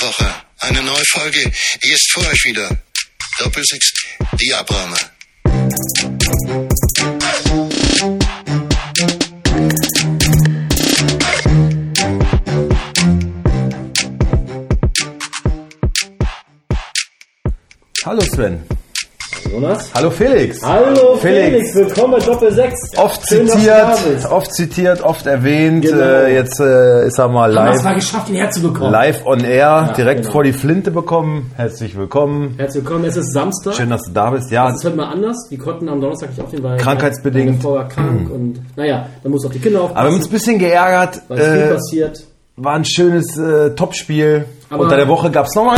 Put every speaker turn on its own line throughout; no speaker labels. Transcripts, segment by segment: Woche eine neue Folge. Die ist für euch wieder. Doppelsechs Diabrahme.
Hallo Sven.
Jonas?
Hallo Felix.
Hallo Felix, willkommen bei Doppel 6.
Oft zitiert, oft zitiert, oft erwähnt.
Genau.
Äh, jetzt äh, ist er mal
Haben es mal
live,
geschafft, ihn herzubekommen.
live on air, direkt
genau.
vor die Flinte bekommen. Herzlich willkommen.
Herzlich willkommen, es ist Samstag.
Schön, dass du da bist. Ja,
Es ist heute mal anders. Wir konnten am Donnerstag nicht aufnehmen, weil
Krankheitsbedingt. Hm.
meine Frau war krank und naja, dann muss auch die Kinder
aber wir haben uns
aufpassen,
ein bisschen geärgert.
weil es viel
Äh,
passiert.
war ein schönes äh, Topspiel.
Aber-
Unter der Woche gab es nochmal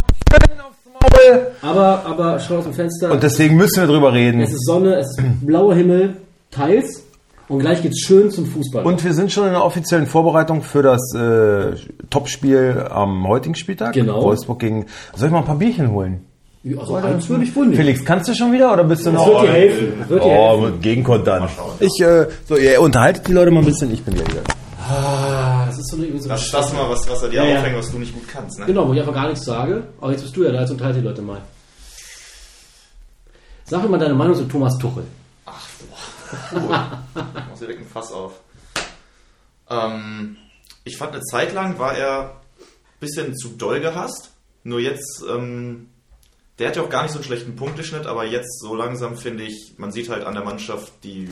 einen aufs Maul.
Aber, aber schau aus dem Fenster,
Und deswegen müssen wir drüber
es
reden.
ist Sonne, es ist blauer Himmel, teils und gleich geht's schön zum Fußball.
Und wir sind schon in der offiziellen Vorbereitung für das äh, Topspiel am heutigen Spieltag.
Genau.
Wolfsburg gegen. Soll ich mal ein paar Bierchen holen?
Ja, also eins würde ich wohl nicht.
Felix, kannst du schon wieder oder bist du
Das
noch? Oh,
wird dir helfen. Das wird dir helfen.
mit Gegenkontern. Ich, äh, so, ihr unterhaltet die Leute mal ein bisschen, ich bin gleich wieder.
Ah, das ist so eine, so eine
Das das mal, was, was er dir
Ja, ja.
aufhängt, was du nicht gut kannst. Ne?
Genau, wo ich einfach gar nichts sage. Aber jetzt bist du ja da, jetzt unterhalte die Leute mal. Sag mir mal deine Meinung zu Thomas Tuchel.
Ach, boah. Cool. Ich mach direkt ein Fass auf. Ähm, ich fand, eine Zeit lang war er ein bisschen zu doll gehasst. Nur jetzt, ähm, der hat ja auch gar nicht so einen schlechten Punkteschnitt, aber jetzt so langsam finde ich, man sieht halt an der Mannschaft, die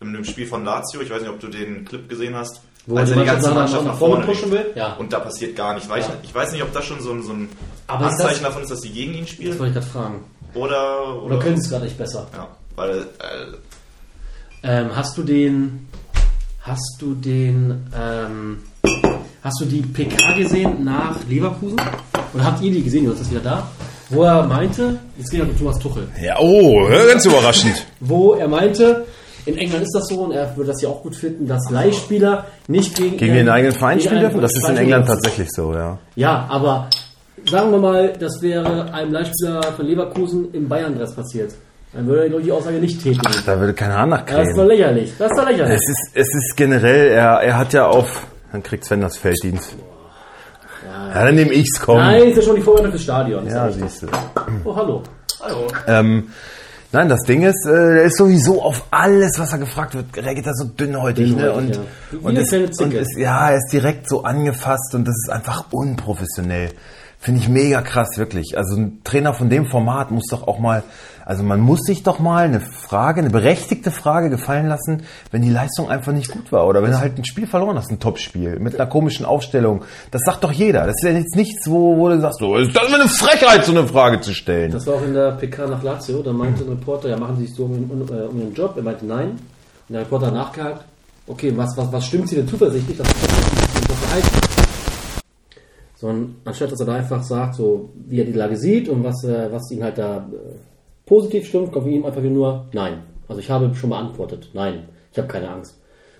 in dem Spiel von Lazio, ich weiß nicht, ob du den Clip gesehen hast,
Wo
als
die
er die
Mannschaft
ganze
nach-
Mannschaft
nach
nach vorne
vorne pushen
legt.
will? Ja.
Und da passiert gar nichts. Weil
Ja.
ich, ich weiß nicht, ob das schon so ein, so ein
Aber ist das-
Anzeichen davon ist, dass sie gegen ihn
Das
spielen.
wollte ich gerade fragen.
Oder, oder,
Oder können sie es gerade nicht besser?
Ja, weil äh,
Ähm, hast du den. Hast du den. Ähm, hast du die PK gesehen nach Leverkusen? Oder habt ihr die gesehen? Jonas ist wieder da. Wo er meinte, jetzt geht er mit Thomas Tuchel.
Ja, oh, ganz überraschend.
Wo er meinte, in England ist das so und er würde das ja auch gut finden, dass Leihspieler nicht gegen,
Gegen den eigenen Verein spielen dürfen? Das ist in England
tatsächlich.
tatsächlich so, ja.
Ja, aber sagen wir mal, das wäre einem Leihspieler von Leverkusen im Bayern-Dress passiert. Dann würde er, glaube ich, die Aussage nicht tätigen.
Da würde kein Haar
Das ist doch
nachkriegen.
lächerlich. Das ist doch lächerlich.
Es ist, es ist generell, er, er hat ja auf. Dann kriegt Sven das Felddienst. Ja, dann nehme ich's, komm.
Nein, ist ja schon die Vorbereitung fürs Stadion. Ist
Ja,
richtig.
siehst du.
oh, hallo.
Ähm, nein, das Ding ist, äh, er ist sowieso auf alles, was er gefragt wird, reagiert er so dünnhäutig. Ne? Und,
Dünnhäutig, ja. Wie
und,
eine
ist,
kleine Zicke.
und ist, ja, er ist direkt so angefasst und das ist einfach unprofessionell. Finde ich mega krass, wirklich. Also ein Trainer von dem Format muss doch auch mal, also man muss sich doch mal eine Frage, eine berechtigte Frage gefallen lassen, wenn die Leistung einfach nicht gut war oder wenn du halt ein Spiel verloren hast, ein Topspiel mit einer komischen Aufstellung. Das sagt doch jeder. Das ist ja jetzt nichts, wo, wo du sagst, so, ist das eine Frechheit, so eine Frage zu stellen.
Das war auch in der PK nach Lazio. Da meinte ein Reporter, ja, machen Sie sich so um, um, äh, um Ihren Job. Er meinte nein. Und der Reporter hat nachgehakt, okay, was, was, was stimmt Sie denn zuversichtlich, dass das heißt? Sondern anstatt, dass er da einfach sagt, so, wie er die Lage sieht und was, äh, was ihn halt da äh, positiv stimmt, kommt ihm einfach nur nein. Also ich habe schon beantwortet, nein, ich habe keine Angst.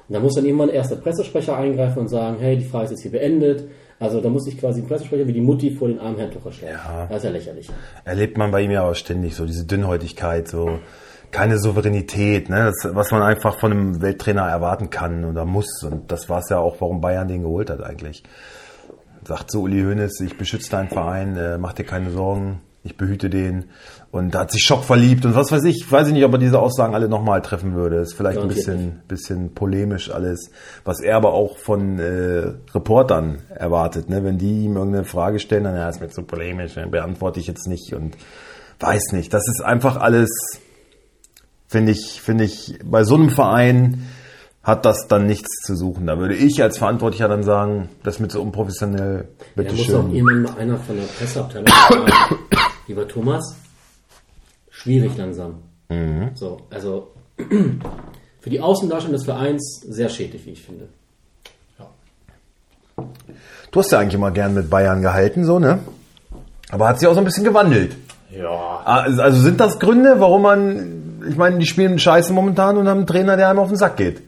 Und da muss dann irgendwann erst der Pressesprecher eingreifen und sagen, hey, die Frage ist jetzt hier beendet. Also da muss ich quasi den Pressesprecher wie die Mutti vor den armen Herrn Tuchel stellen. Das ist ja lächerlich.
erlebt man bei ihm ja auch ständig, so diese Dünnhäutigkeit, so keine Souveränität, ne? das, was man einfach von einem Welttrainer erwarten kann oder muss. Und das war es ja auch, warum Bayern den geholt hat eigentlich. Sagt so Uli Hoeneß, ich beschütze deinen Verein, äh, mach dir keine Sorgen, ich behüte den. Und da hat sich Schock verliebt und was weiß ich, weiß ich nicht, ob er diese Aussagen alle nochmal treffen würde. Ist vielleicht ein
Garantiert
bisschen, bisschen polemisch alles, was er aber auch von äh, Reportern erwartet. Ne? Wenn die ihm irgendeine Frage stellen, dann ja, ist mir zu polemisch, dann beantworte ich jetzt nicht und weiß nicht. Das ist einfach alles, finde ich, finde ich, bei so einem Verein hat das dann nichts zu suchen. Da würde ich als Verantwortlicher dann sagen, das ist mir zu unprofessionell,
Da muss auch
bitteschön.
irgendwann mal einer von der Presseabteilung sagen, lieber Thomas, schwierig langsam.
Mhm.
So, also für die Außendarstellung des Vereins sehr schädlich, wie ich finde.
Du hast ja eigentlich immer gern mit Bayern gehalten, so, ne? Aber hat sich auch so ein bisschen gewandelt.
ja,
Also also sind das Gründe, warum man, ich meine, die spielen Scheiße momentan und haben einen Trainer, der einem auf den Sack geht.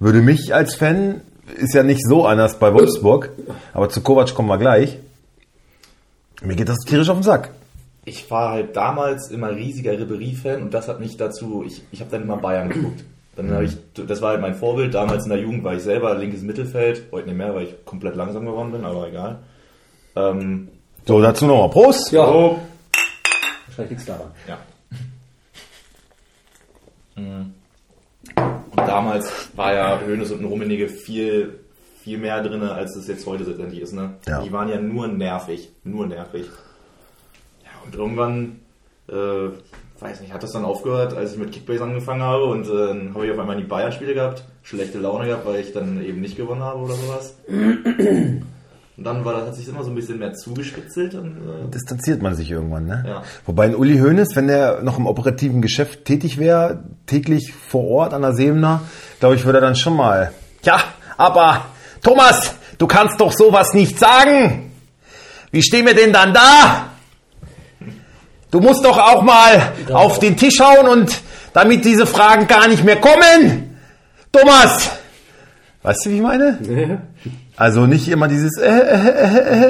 Würde mich als Fan, ist ja nicht so anders bei Wolfsburg, aber zu Kovac kommen wir gleich. Mir geht das tierisch auf den Sack.
ich war halt damals immer riesiger Ribéry-Fan und das hat mich dazu, ich, ich habe dann immer Bayern geguckt. Dann habe ich, das war halt mein Vorbild, damals in der Jugend war ich selber linkes Mittelfeld, heute nicht mehr, weil ich komplett langsam geworden bin, aber egal. Ähm,
So, dazu nochmal Prost.
Ja,
Oh.
wahrscheinlich nichts daran.
Ja. Mhm. Und damals war ja Hönes und Rummenigge viel, viel mehr drin, als es jetzt heute letztendlich ist. Ne?
Ja.
Die waren ja nur nervig. Nur nervig. Ja, und irgendwann, äh, weiß nicht, hat das dann aufgehört, als ich mit Kickbase angefangen habe und äh, dann habe ich auf einmal die Bayern-Spiele gehabt, schlechte Laune gehabt, weil ich dann eben nicht gewonnen habe oder sowas. Und dann war das, hat sich immer so ein bisschen mehr zugespitzelt. Und, äh,
distanziert man sich irgendwann, ne?
Ja.
Wobei ein Uli Hoeneß, wenn der noch im operativen Geschäft tätig wäre, täglich vor Ort an der Seemner, glaube ich, würde er dann schon mal. Ja, aber Thomas, du kannst doch sowas nicht sagen. Wie stehen wir denn dann da? Du musst doch auch mal auf den Tisch hauen und damit diese Fragen gar nicht mehr kommen. Thomas! Weißt du, wie ich meine? Also nicht immer dieses äh, äh, äh,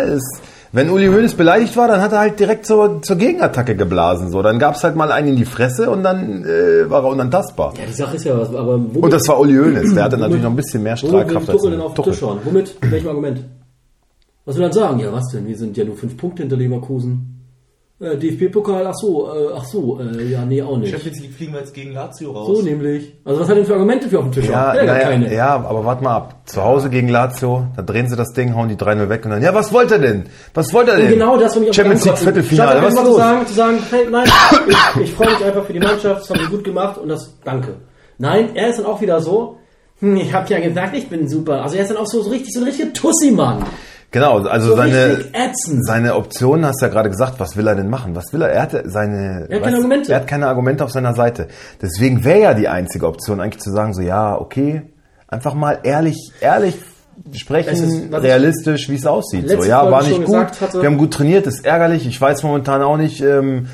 äh, äh. ist- Wenn Uli Hoeneß beleidigt war, dann hat er halt direkt zur, zur Gegenattacke geblasen. So, dann gab es halt mal einen in die Fresse und dann äh, war er unantastbar.
Ja, Mhm. die Sache ist ja was, aber womit,
Und das war Uli Hoeneß. Der hatte natürlich noch ein bisschen mehr
womit will
Strahlkraft
Tuchel
ein
denn auf den
Tuchel.
Tisch hauen? Womit? Mit welchem Argument? Was will er sagen? Ja, was denn? Wir sind ja nur fünf Punkte hinter Leverkusen. Äh, DFB-Pokal, ach so, äh, ach so, äh, ja, nee, auch nicht.
Champions League fliegen wir jetzt gegen Lazio raus.
So nämlich. Also was hat er denn für Argumente für auf dem Tisch?
Ja,
hauen? Hat er
naja, ja, aber warte mal ab. Zu Hause gegen Lazio, da drehen sie das Ding, hauen die 3-0 weg und dann, ja, was wollt ihr denn? Was wollt ihr denn?
Genau das, was mich
Champions League
auf den Ankotzen-
Viertelfinale,
Statt
was
einfach
ist
zu
los?
sagen, zu sagen, hey, nein, ich, ich freue mich einfach für die Mannschaft, das haben wir gut gemacht und das danke. Nein, er ist dann auch wieder so, hm, ich habe ja gesagt, ich bin super. Also er ist dann auch so, so richtig, so ein richtiger Tussi-Mann.
Genau, also
So
seine,
richtig ätzend.
seine Optionen hast du ja gerade gesagt, was will er denn machen? Was will er? Er hatte seine
Er hat keine Argumente.
Er hat keine Argumente auf seiner Seite. Deswegen wäre ja die einzige Option eigentlich zu sagen so ja, okay, einfach mal ehrlich ehrlich sprechen,
Es ist, was ich
realistisch, wie es aussieht. So
letzte
ja,
Folge
war nicht
schon
gut.
gesagt hatte.
wir haben gut trainiert, ist ärgerlich. Ich weiß momentan auch nicht ähm,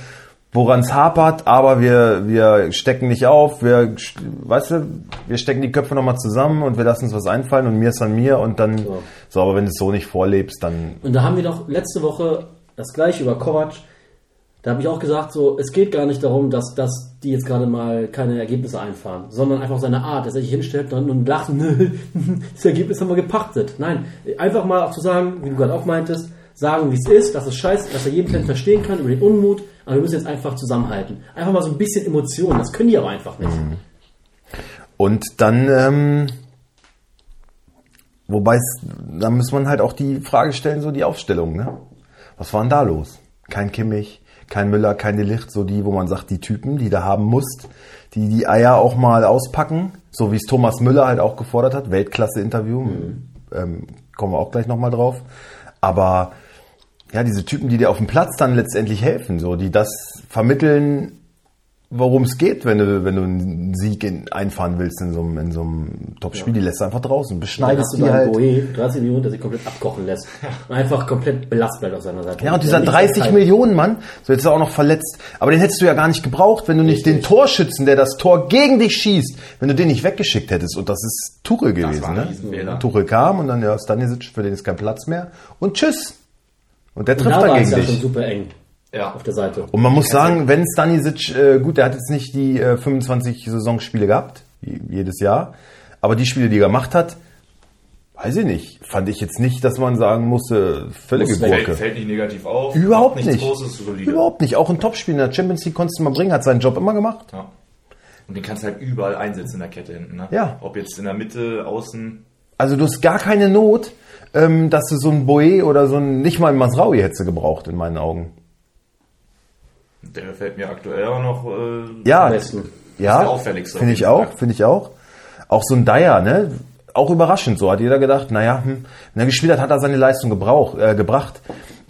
woran es hapert, aber wir wir stecken nicht auf, wir sch- weißt du, wir stecken die Köpfe nochmal zusammen und wir lassen uns was einfallen und mir ist an mir und dann so, aber wenn du es so nicht vorlebst, dann
Und da haben wir doch letzte Woche das gleiche über Kovac. Da habe ich auch gesagt, so, es geht gar nicht darum, dass, dass die jetzt gerade mal keine Ergebnisse einfahren, sondern einfach seine Art, dass er sich hinstellt und, und lacht, nö, das Ergebnis haben wir gepachtet. Nein, einfach mal auch zu sagen, wie du gerade auch meintest, sagen, wie es ist, dass es scheiße, dass er jeden Fan verstehen kann über den Unmut, aber wir müssen jetzt einfach zusammenhalten. Einfach mal so ein bisschen Emotionen, das können die aber einfach nicht.
Mhm. Und dann, ähm, wobei, es- da muss man halt auch die Frage stellen, so die Aufstellung, ne? Was war denn da los? Kein Kimmich, kein Müller, kein Delicht, so die, wo man sagt, die Typen, die da haben musst, die die Eier auch mal auspacken, so wie es Thomas Müller halt auch gefordert hat, Weltklasse-Interview, ähm, kommen wir auch gleich nochmal drauf. Aber ja, diese Typen, die dir auf dem Platz dann letztendlich helfen, so, die das vermitteln, worum es geht, wenn du, wenn du einen Sieg in, einfahren willst in so einem, in so einem Top-Spiel. Die lässt du einfach draußen,
Dann
beschneidest
hast du
die
da
halt.
einen Boe, 30 Millionen, der sich komplett abkochen lässt. Und einfach komplett belastbar auf seiner Seite.
Ja, und dieser
Der nicht
30
verteidigt.
Millionen Mann, so jetzt ist er auch noch verletzt, aber den hättest du ja gar nicht gebraucht, wenn du nicht den Torschützen, der das Tor gegen dich schießt, wenn du den nicht weggeschickt hättest. Und das ist Tuchel gewesen.
war ein
ne?
Riesenfehler.
Tuchel kam und dann, ja, Stanisic, für den ist kein Platz mehr. Und tschüss. Und der trifft
Da
dann
war es
gegen
ja schon
dich. Um
super eng
Ja.
auf der Seite.
Und man muss sagen, wenn Stanisic, äh, gut, der hat jetzt nicht die äh, 25 Saisonspiele gehabt, je- jedes Jahr, aber die Spiele, die er gemacht hat, weiß ich nicht, fand ich jetzt nicht, dass man sagen musste, völlige
Muss weg.
Gurke.
Fällt, fällt nicht negativ auf.
Überhaupt
Nichts
nicht.
Großes, solide.
Überhaupt nicht. Auch ein Topspiel in der Champions League konntest du mal bringen, hat seinen Job immer gemacht.
Ja. Und den kannst du halt überall einsetzen in der Kette hinten. Ne?
Ja.
Ob jetzt in der Mitte, außen.
Also du hast gar keine Not, ähm, dass du so einen Boe oder so einen, nicht mal einen Masraui hättest du gebraucht, in meinen Augen.
Der fällt mir aktuell auch noch. Äh,
Ja,
Am besten.
Ja,
der auffälligste
Finde
auf
ich
jeden
auch,
Fall.
finde ich auch. Auch so ein Dyer, ne? Auch überraschend, so hat jeder gedacht, naja, hm, wenn er gespielt hat, hat er seine Leistung gebrauch, äh, gebracht.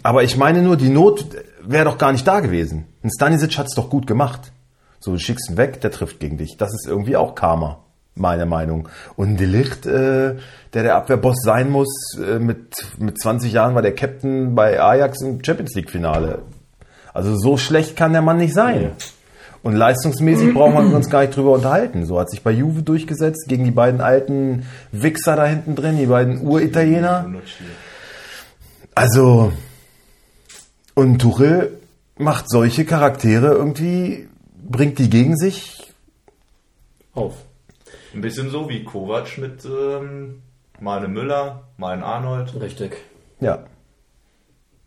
Aber ich meine nur, die Not wäre doch gar nicht da gewesen. Ein Stanisic hat's doch gut gemacht. So, du schickst ihn weg, der trifft gegen dich. Das ist irgendwie auch Karma, meiner Meinung. Und Delicht, äh, der der Abwehrboss sein muss, äh, mit, mit 20 Jahren war der Captain bei Ajax im Champions League-Finale. Also so schlecht kann der Mann nicht sein. Und leistungsmäßig brauchen wir uns gar nicht drüber unterhalten. So hat sich bei Juve durchgesetzt gegen die beiden alten Wichser da hinten drin, die beiden Uritaliener.
Bonucci.
Also und Tuchel macht solche Charaktere irgendwie bringt die gegen sich.
Auf.
Ein bisschen so wie Kovac mit ähm, mal einem Müller, mal einem Arnold.
Richtig.
Ja.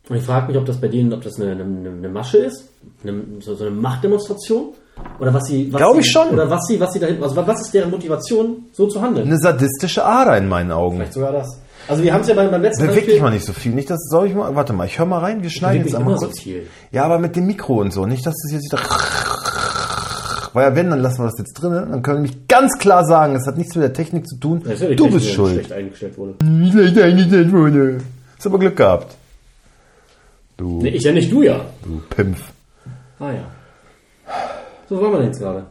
Und ich frage mich, ob das bei denen, ob das eine, eine, eine Masche ist, eine, so, so eine Machtdemonstration oder was sie, was
Glaub
sie,
ich schon.
oder was sie, was sie dahin, also was ist deren Motivation, so zu handeln?
Eine sadistische Ader in meinen Augen.
Vielleicht sogar das. Also wir haben es ja beim, beim letzten
Beweg dich mal nicht so viel. Nicht, dass, soll ich mal, warte mal, ich hör mal rein, wir schneiden jetzt
beweg mich
einmal
immer so
kurz.
viel.
Ja, aber mit dem Mikro und so, nicht, dass das jetzt wieder, weil ja wenn, dann lassen wir das jetzt drin, dann können wir nämlich ganz klar sagen, das hat nichts mit der Technik zu tun,
Das ist ja die
du
Technik,
bist
die
schuld.
Schlecht eingestellt wurde.
Wie schlecht eingestellt wurde. Hast aber Glück gehabt. Du,
Nee, ich ja nicht, du ja.
du Pimpf.
Ah ja. So, wo waren wir denn jetzt gerade?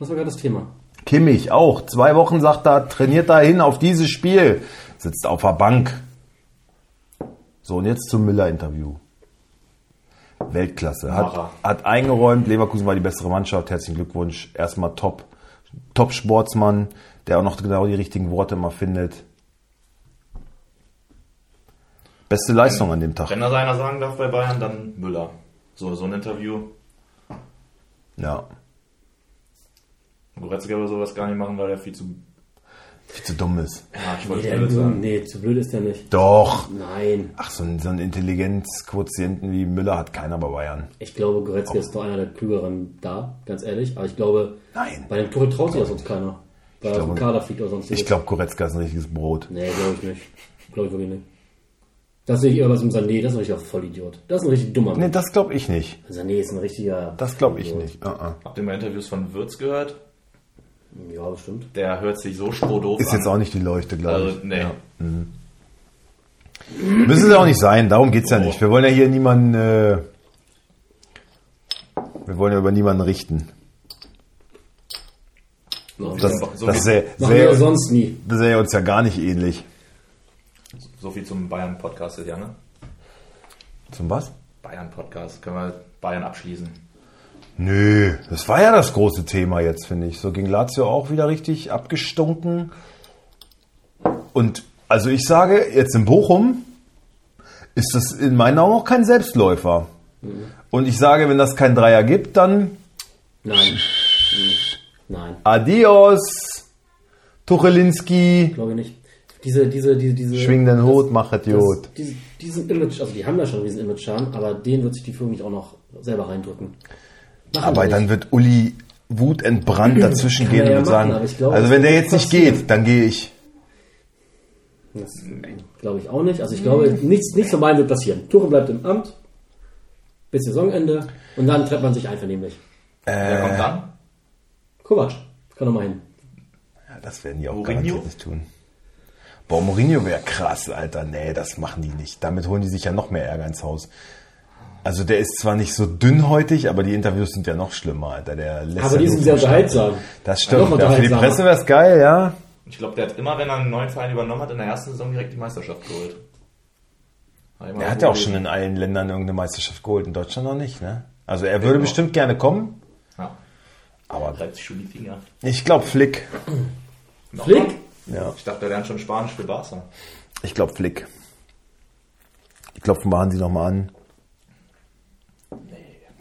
Was war gerade das Thema?
Kimmich auch. Zwei Wochen sagt er, trainiert da hin auf dieses Spiel. Sitzt auf der Bank. So, und jetzt zum Müller-Interview. Weltklasse. Hat,
Macher.
hat eingeräumt, Leverkusen war die bessere Mannschaft. Herzlichen Glückwunsch. Erstmal top. Top-Sportsmann, der auch noch genau die richtigen Worte mal findet. Beste Leistung an dem Tag.
Wenn das einer sagen darf bei Bayern, dann Müller. So, so ein Interview.
Ja.
Goretzka würde sowas gar nicht machen, weil er viel zu.
Viel zu dumm ist.
Ja, ich
Nee,
wollte
der,
blöd
also-
sagen.
nee, zu blöd ist der nicht.
Doch.
Nein.
Ach, so ein, so ein Intelligenzquotienten wie Müller hat keiner bei Bayern.
Ich glaube, Goretzka ist doch einer der Klügeren da, ganz ehrlich. Aber ich glaube,
Nein.
bei dem Tuchel traut sich ja sonst keiner. Weil er auf dem
glaube-
Kader fliegt oder sonst
Ich glaube, Goretzka ist ein richtiges Brot.
Nee, glaube ich nicht. Glaube ich wirklich nicht. Das sehe ich eher was im Sané, das ist ein richtiger Vollidiot. Das ist ein richtig dummer
Nee,
Mann.
das glaube ich nicht.
Sané ist ein richtiger.
Das glaube ich nicht. Ah, ah.
Habt ihr mal Interviews von Würz gehört?
Ja, bestimmt.
Der hört sich so strohdoof
Ist
an.
jetzt auch nicht die Leuchte, glaube
Also,
ich.
nee.
Müssen sie auch nicht sein, darum geht's
Oh.
ja nicht. Wir wollen ja hier niemanden. Äh, wir wollen ja über niemanden richten.
So,
Das,
machen
so
das
wie-
sähe
wir
sähe-
sonst nie.
das sähe uns ja gar nicht ähnlich.
So viel zum Bayern-Podcast jetzt, ja, ne?
Zum was?
Bayern-Podcast. Können wir Bayern abschließen.
Nö, das war ja das große Thema jetzt, finde ich. So ging Lazio auch wieder richtig abgestunken. Und also ich sage, jetzt in Bochum ist das in meinen Augen auch kein Selbstläufer.
Mhm.
Und ich sage, wenn das kein Dreier gibt, dann
Nein. Hm. Nein.
adios, Tuchelinski,
Glaube ich nicht. Diese, diese, diese, diese.
schwing den Hut, mach es gut.
Mhm. Das, diesen, diesen Image, also die haben da schon diesen Image-Charme, aber den wird sich die Führung nicht auch noch selber reindrücken. Machen
Aber
sie
dann
nicht.
wird Uli wutentbrannt dazwischen
Kann er
gehen und
ja
wird
machen,
sagen,
aber ich glaube,
also
das
wenn der
wird
jetzt nicht
passieren.
geht, dann gehe ich.
Das glaube ich auch nicht. Also ich glaube, nichts, nichts von beiden wird passieren. Tuchel bleibt im Amt bis Saisonende und dann trennt man sich einvernehmlich.
Äh.
Wer kommt dann?
Kovac, kann doch mal hin.
Das werden die auch
Mourinho?
garantiert nicht tun. Boah, Mourinho wäre krass, Alter. Nee, das machen die nicht. Damit holen die sich ja noch mehr Ärger ins Haus. Also der ist zwar nicht so dünnhäutig, aber die Interviews sind ja noch schlimmer, Alter. Der lässt
Aber
ja
die
nur
sind sehr
vom Stapel.
unterhaltsam.
Das
Noch
stimmt. Ja, für die
unterhaltsamer.
Presse wäre es geil, ja.
Ich glaube, der hat immer, wenn er einen neuen Verein übernommen hat, in der ersten Saison direkt die Meisterschaft geholt.
Er hat ja auch schon in allen Ländern irgendeine Meisterschaft geholt, in Deutschland noch nicht, ne? Also er würde
Genau.
bestimmt gerne kommen,
Ja.
aber
Reibt sich schon die Finger.
ich glaube Flick.
Noch
Flick?
Ja.
Ich dachte, der lernt schon Spanisch für Barca.
Ich glaube Flick. Die klopfen bei Hansi nochmal an.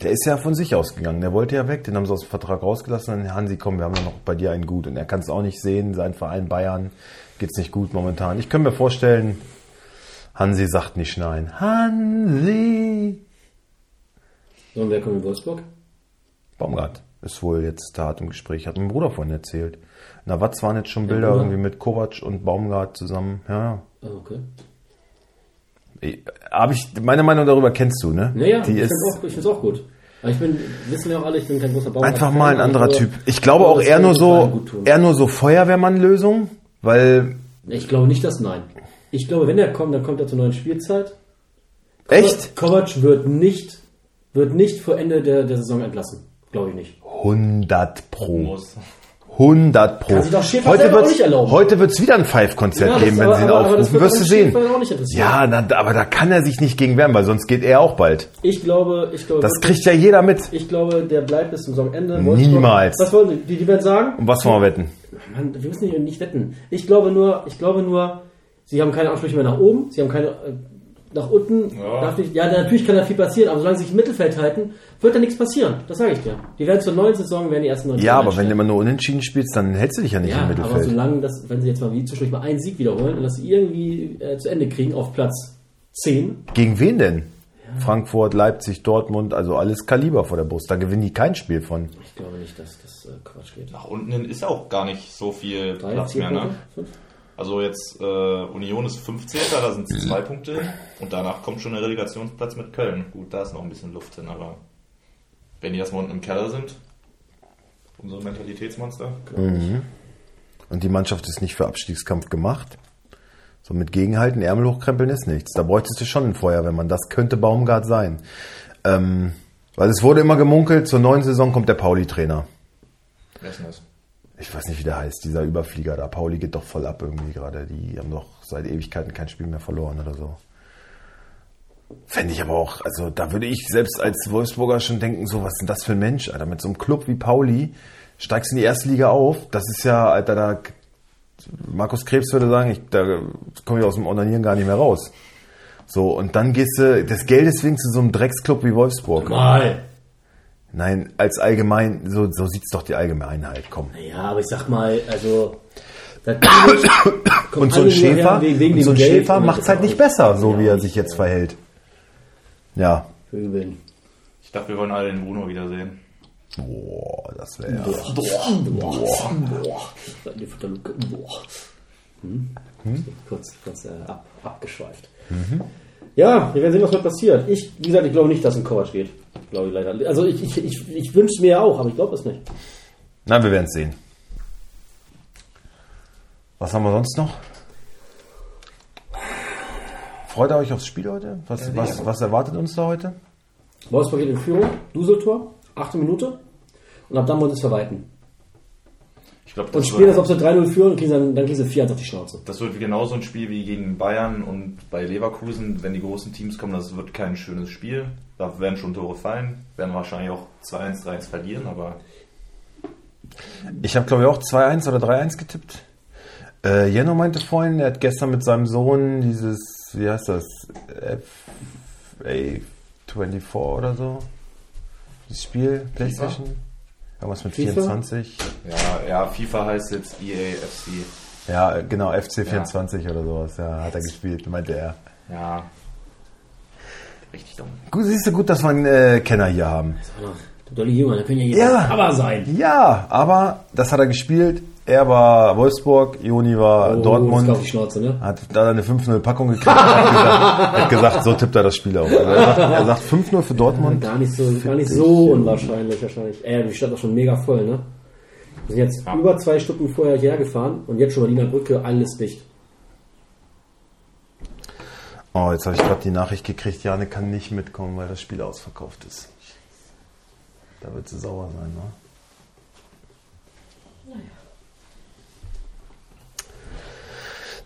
Der ist ja von sich ausgegangen. Der wollte ja weg, den haben sie aus dem Vertrag rausgelassen. Dann Hansi, komm, wir haben ja noch bei dir einen gut. Und er kann es auch nicht sehen. Sein Verein Bayern geht's nicht gut momentan. Ich könnte mir vorstellen, Hansi sagt nicht nein. Hansi!
So, und wer kommt in Wolfsburg?
Baumgart ist wohl jetzt da im Gespräch. Hat mein Bruder vorhin erzählt. Na, was waren jetzt schon Bilder
oder?
irgendwie mit Kovac und Baumgart zusammen? Ja, ja.
Ah, okay.
Ich- Hab ich, meine Meinung darüber kennst du, ne?
Naja,
Die
ich
ist
finde auch, ich find's auch gut. Aber ich bin, wissen wir auch alle, ich bin kein großer Bauer.
einfach mal ein
Also,
anderer Typ. Ich glaube auch eher nur so, eher nur so Feuerwehrmann-Lösung, weil,
Ich glaube nicht, dass nein. Ich glaube, wenn er kommt, dann kommt er zur neuen Spielzeit.
echt?
Kovac wird nicht, wird nicht vor Ende der, der Saison entlassen. Glaube ich nicht.
100 pro.
Muss.
100 pro.
Kann sich doch Schäfer
Heute
selber
wird's,
auch nicht erlauben.
heute wird's wieder ein Five-Konzert
Ja, das-
geben, wenn
aber-
sie ihn
aber- aber das
aufrufen.
wird
Wirst du
uns
sehen.
Schäfer auch nicht interessieren.
ja, na, aber da kann er sich nicht gegen wehren, weil sonst geht er auch bald.
Ich glaube, ich glaube,
Das kriegt ja jeder mit.
ich glaube, der bleibt bis zum Saisonende.
Niemals.
Was wollen die? Die, die werden sagen,
Und Um was wollen wir wetten?
Mann, wir müssen hier nicht wetten. Ich glaube nur, ich glaube nur, sie haben keine Ansprüche mehr nach oben, sie haben keine äh, nach unten.
Ja.
Darf nicht, ja, natürlich kann da viel passieren, aber solange sie sich im Mittelfeld halten, wird da nichts passieren. Das sage ich dir. Die werden zur neuen Saison werden die ersten neuen
Ja, aber wenn
einstellen.
du immer nur unentschieden spielst, dann hältst du dich ja nicht
ja,
im
aber
Mittelfeld.
solange das, wenn sie jetzt mal wie zwischendurch mal einen Sieg wiederholen und das irgendwie äh, zu Ende kriegen auf Platz 10,
Gegen wen denn? Frankfurt, Leipzig, Dortmund, also alles Kaliber vor der Brust. Da gewinnen die kein Spiel von.
Ich glaube nicht, dass das äh, Quatsch geht.
Nach unten hin ist ja auch gar nicht so viel
Drei,
Platz
vier
mehr,
Punkte?
ne?
Fünf?
Also jetzt äh, Union ist 15. Da sind sie zwei Punkte und danach kommt schon der Relegationsplatz mit Köln. Gut, da ist noch ein bisschen Luft hin, aber wenn die erstmal unten im Keller sind, unsere Mentalitätsmonster.
Und die Mannschaft ist nicht für Abstiegskampf gemacht. So mit Gegenhalten, Ärmel hochkrempeln ist nichts. Da bräuchtest du schon ein Feuerwehrmann. Das könnte Baumgart sein. Ähm, weil es wurde immer gemunkelt, zur neuen Saison kommt der Pauli-Trainer.
Wer ist denn das?
Ich weiß nicht, wie der heißt, dieser Überflieger da. Pauli geht doch voll ab irgendwie gerade. Die haben doch seit Ewigkeiten kein Spiel mehr verloren oder so. Fände ich aber auch, also da würde ich selbst als Wolfsburger schon denken, so was ist denn das für ein Mensch, Alter. Mit so einem Club wie Pauli steigst du in die erste Liga auf. Das ist ja, Alter, da Markus Krebs würde sagen, ich, da komme ich aus dem Onanieren gar nicht mehr raus. So, und dann gehst du des Geldes wegen zu so einem Drecksclub wie Wolfsburg.
Mal.
Nein, als allgemein, so, so sieht's doch die Allgemeinheit, komm.
Ja, aber ich sag mal, also. das kommt
Und so ein
alles nur her
Schäfer,
wegen- wegen
und so ein
dem Geld
Schäfer
und
macht es halt nicht besser, so wie er sich jetzt verhält. Ja.
Pöbeln.
Ich dachte, wir wollen alle den Bruno wiedersehen.
Boah, das wäre ja.
Seid ihr von der Lucke- Boah. Hm? Kurz, kurz äh, ab, abgeschweift.
Mhm.
Ja, wir werden sehen, was mal passiert. Ich, wie gesagt, ich glaube nicht, dass ein Kovac geht. Glaube ich leider. Also ich, ich, ich, ich wünsche es mir ja auch, aber ich glaube es nicht.
Na, wir werden es sehen. Was haben wir sonst noch? Freut ihr euch aufs Spiel heute? Was, was, was erwartet uns da heute?
Wolfsburg geht in Führung, Duseltor, 8. Minute. Und ab dann wollen sie es verwalten.
Ich glaube,
Und
das,
spielen, als ob
wird-
sie 3-0 führen und kriegen sie dann, dann kriegen sie 4-1 auf die Schnauze.
das wird genauso ein Spiel wie gegen Bayern und bei Leverkusen. Wenn die großen Teams kommen, das wird kein schönes Spiel. Da werden schon Tore fallen, werden wahrscheinlich auch 2-1, 3-1 verlieren, aber
Ich habe, glaube ich, auch 2-1 oder 3-1 getippt. Äh, Jenno meinte vorhin, er hat gestern mit seinem Sohn dieses, wie heißt das, FA24 oder so, das Spiel, Playstation, irgendwas mit
FIFA?
24.
ja, ja, FIFA heißt jetzt E EAFC.
Ja, äh, genau, FC24 oder sowas, ja, hat er gespielt, meinte er.
Ja. Richtig dumm.
Gut, siehst du, gut, dass wir einen äh, Kenner hier haben.
Der Dolly Jünger, da können ja jeder
Ja.
Cover sein.
Ja, aber das hat er gespielt. Er war Wolfsburg, Joni war
Oh, das
Dortmund.
ist auf die Schnauze, ne?
Hat da eine 5-0-Packung gekriegt und hat gesagt, hat gesagt, so tippt er das Spiel auf. Also er sagt, er sagt 5-0 für Dortmund.
Gar nicht so, gar nicht so unwahrscheinlich wahrscheinlich. Ey, die Stadt ist schon mega voll, ne? Wir sind jetzt
Ja.
über zwei Stunden vorher hierher gefahren und jetzt schon Berliner Brücke, alles dicht.
Oh, jetzt habe ich gerade die Nachricht gekriegt, Jane kann nicht mitkommen, weil das Spiel ausverkauft ist. Da wird sie sauer sein, ne?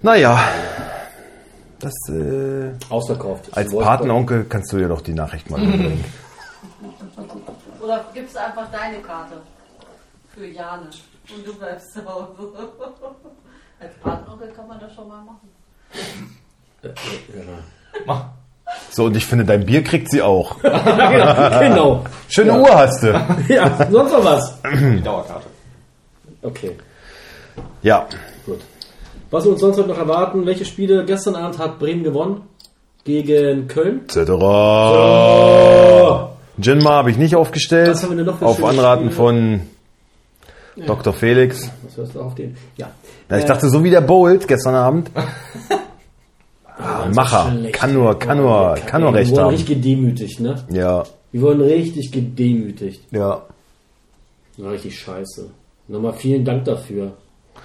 Naja, das, äh,
Ausverkauft.
als
Wolfsburg.
Patenonkel kannst du ja doch die Nachricht mal überbringen.
Oder gibst du einfach deine Karte für Jane und du bleibst zu Hause? Als Partnerin kann man das schon mal machen.
Mach.
So, und ich finde, dein Bier kriegt sie auch.
Genau.
Schöne Uhr hast du.
Ja, sonst noch was.
Die Dauerkarte.
Okay,
Ja,
gut. Was wir uns sonst heute noch erwarten, welche Spiele? Gestern Abend hat Bremen gewonnen gegen Köln.
etc. Jinma habe ich nicht aufgestellt.
Was haben wir denn noch für
auf
schöne
Anraten
Spiele?
von Dr. Felix.
Was hörst du auf den? Ja.
Ja, ich
Äh,
dachte, so wie der Bolt gestern Abend.
Ah,
Macher.
schlecht.
Kann nur- kann nur-
Boah,
kann nur
die
recht
wurden
haben.
richtig gedemütigt, ne?
Ja,
Die wurden richtig gedemütigt.
ja.
Ja, richtig scheiße. Nochmal vielen Dank dafür,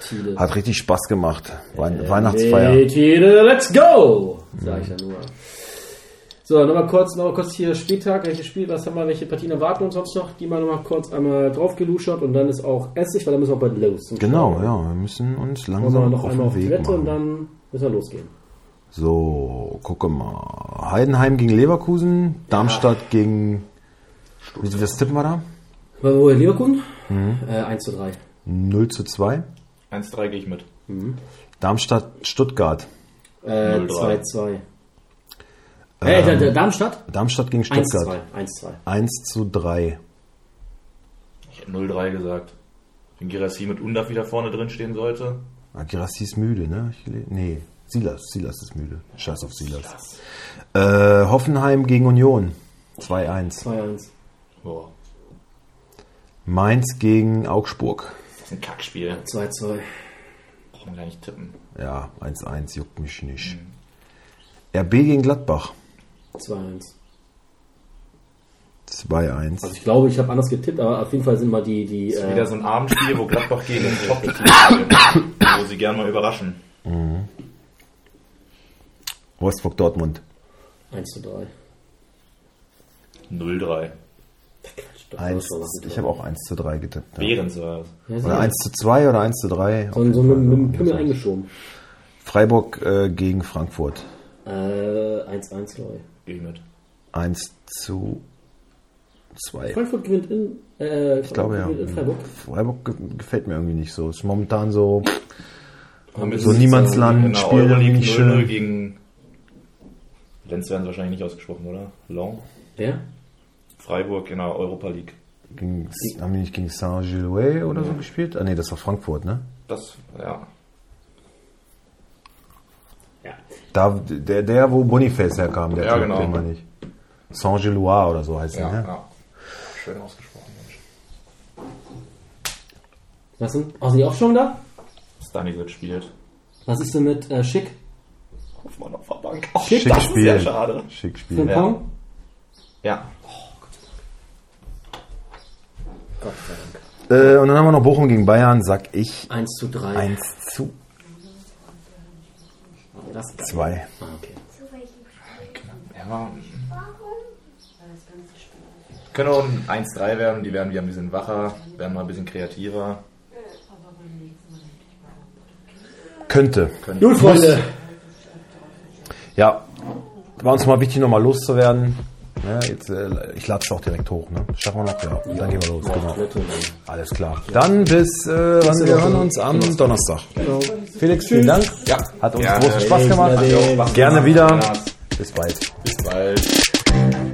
Tide.
Hat richtig Spaß gemacht. Wein
Äh,
Weihnachtsfeier.
Hey, Tide, let's go! Sag ich ja nur. So, nochmal kurz, noch mal kurz hier Spieltag, welches Spiel, was haben wir, welche Partien erwarten uns sonst noch? Die mal nochmal kurz einmal drauf geluschert und dann ist auch Essig, weil dann müssen wir bald los. Zum
Genau,
Schauen.
ja. Wir müssen uns
Dann müssen wir
langsam
noch
Genau, auf
einmal
den
auf die
Weg
Wette und
machen.
dann müssen wir losgehen.
So, gucke mal. Heidenheim gegen Leverkusen. Darmstadt gegen... Wie, was tippen wir da?
Wollen wir wohl Leverkusen?
Mhm.
Äh, 1 zu 3.
0 zu 2.
1-3 gehe ich mit.
Darmstadt, Stuttgart.
Äh,
0-3.
2
Ähm,
2. Äh, der- der Darmstadt?
Darmstadt gegen
1
Stuttgart.
2. 1 2.
1 zu 3.
Ich hätte 0-3 gesagt. Wenn Girassi mit Undaf wieder vorne drin stehen sollte.
Ah, Girassi ist müde, ne? Hab Ich gele- nee. Silas. Silas ist müde. Scheiß auf Silas. Äh, Hoffenheim gegen Union. 2-1.
2-1.
Boah,
Mainz gegen Augsburg.
das ist ein Kackspiel.
2-2.
Brauchen wir gar nicht tippen.
Ja, 1-1 juckt mich nicht. RB gegen Gladbach.
2-1.
2-1.
Also ich glaube, ich habe anders getippt, aber auf jeden Fall sind mal die, die
Ist
äh,
wieder so ein Abendspiel, wo Gladbach gegen den top spielt, wo sie gerne mal überraschen.
Wolfsburg Dortmund.
1 zu 3.
0-3.
Eins, ich habe auch 1 zu 3 getippt. Ja.
Behrens war das.
Oder 1 zu 2 oder 1 zu 3.
So, so mit, mit dem Pimmel eingeschoben.
Freiburg äh, gegen Frankfurt.
Äh, 1-1, glaube ich.
Gegen mit.
1 zu 2.
Frankfurt gewinnt in, äh, ich
glaube, ja.
gewinnt in Freiburg.
Freiburg ge- gefällt mir irgendwie nicht so. Ist momentan so.
So
Niemandsland, Spiel
Genau, Euroleague
nicht
0-0
schön.
gegen. Lenz werden sie wahrscheinlich nicht ausgesprochen, oder? Long.
Wer?
Freiburg in der Europa League.
Gegen, haben die nicht gegen Saint-Gilloise oder so gespielt? Ah, nee, das war Frankfurt, ne?
Das, ja.
Ja.
Da, der, der, wo Boniface herkam, der
Ja,
Typ,
genau.
den meine ich. Saint-Gilloise oder so heißt er, ne?
Schön ausgesprochen, Mensch.
Was denn? Oh, sind die auch schon da?
Stanisic spielt.
Was ist denn mit äh, Schick?
Hoffmann auf der Bank.
Schick,
Schick
das
Spiel.
ja schade.
Schick
Für
Spiel.
den
Ja.
Pong?
Ja.
Gott sei Dank.
Äh, und dann haben wir noch Bochum gegen Bayern, sag ich
1 zu 3.
1 zu
Das ist
2.
Ah, okay.
ja. Könnte auch ein 1-3 werden, die werden wieder ein bisschen wacher, werden mal ein bisschen kreativer.
Könnte.
Gut, Freunde.
Ja, war uns mal wichtig, nochmal loszuwerden. Ne, jetzt, äh, ich lade es auch direkt hoch. Ne? Schaffen wir noch? Ja, Und dann gehen wir los. Genau. Alles klar. Dann bis, äh, wann wir hören uns am
Genau.
Donnerstag. Felix, vielen Dank. Ja, hat uns
Gerne.
großen Spaß gemacht.
Felix,
Gerne wieder.
Ja,
Bis bald.
Bis bald.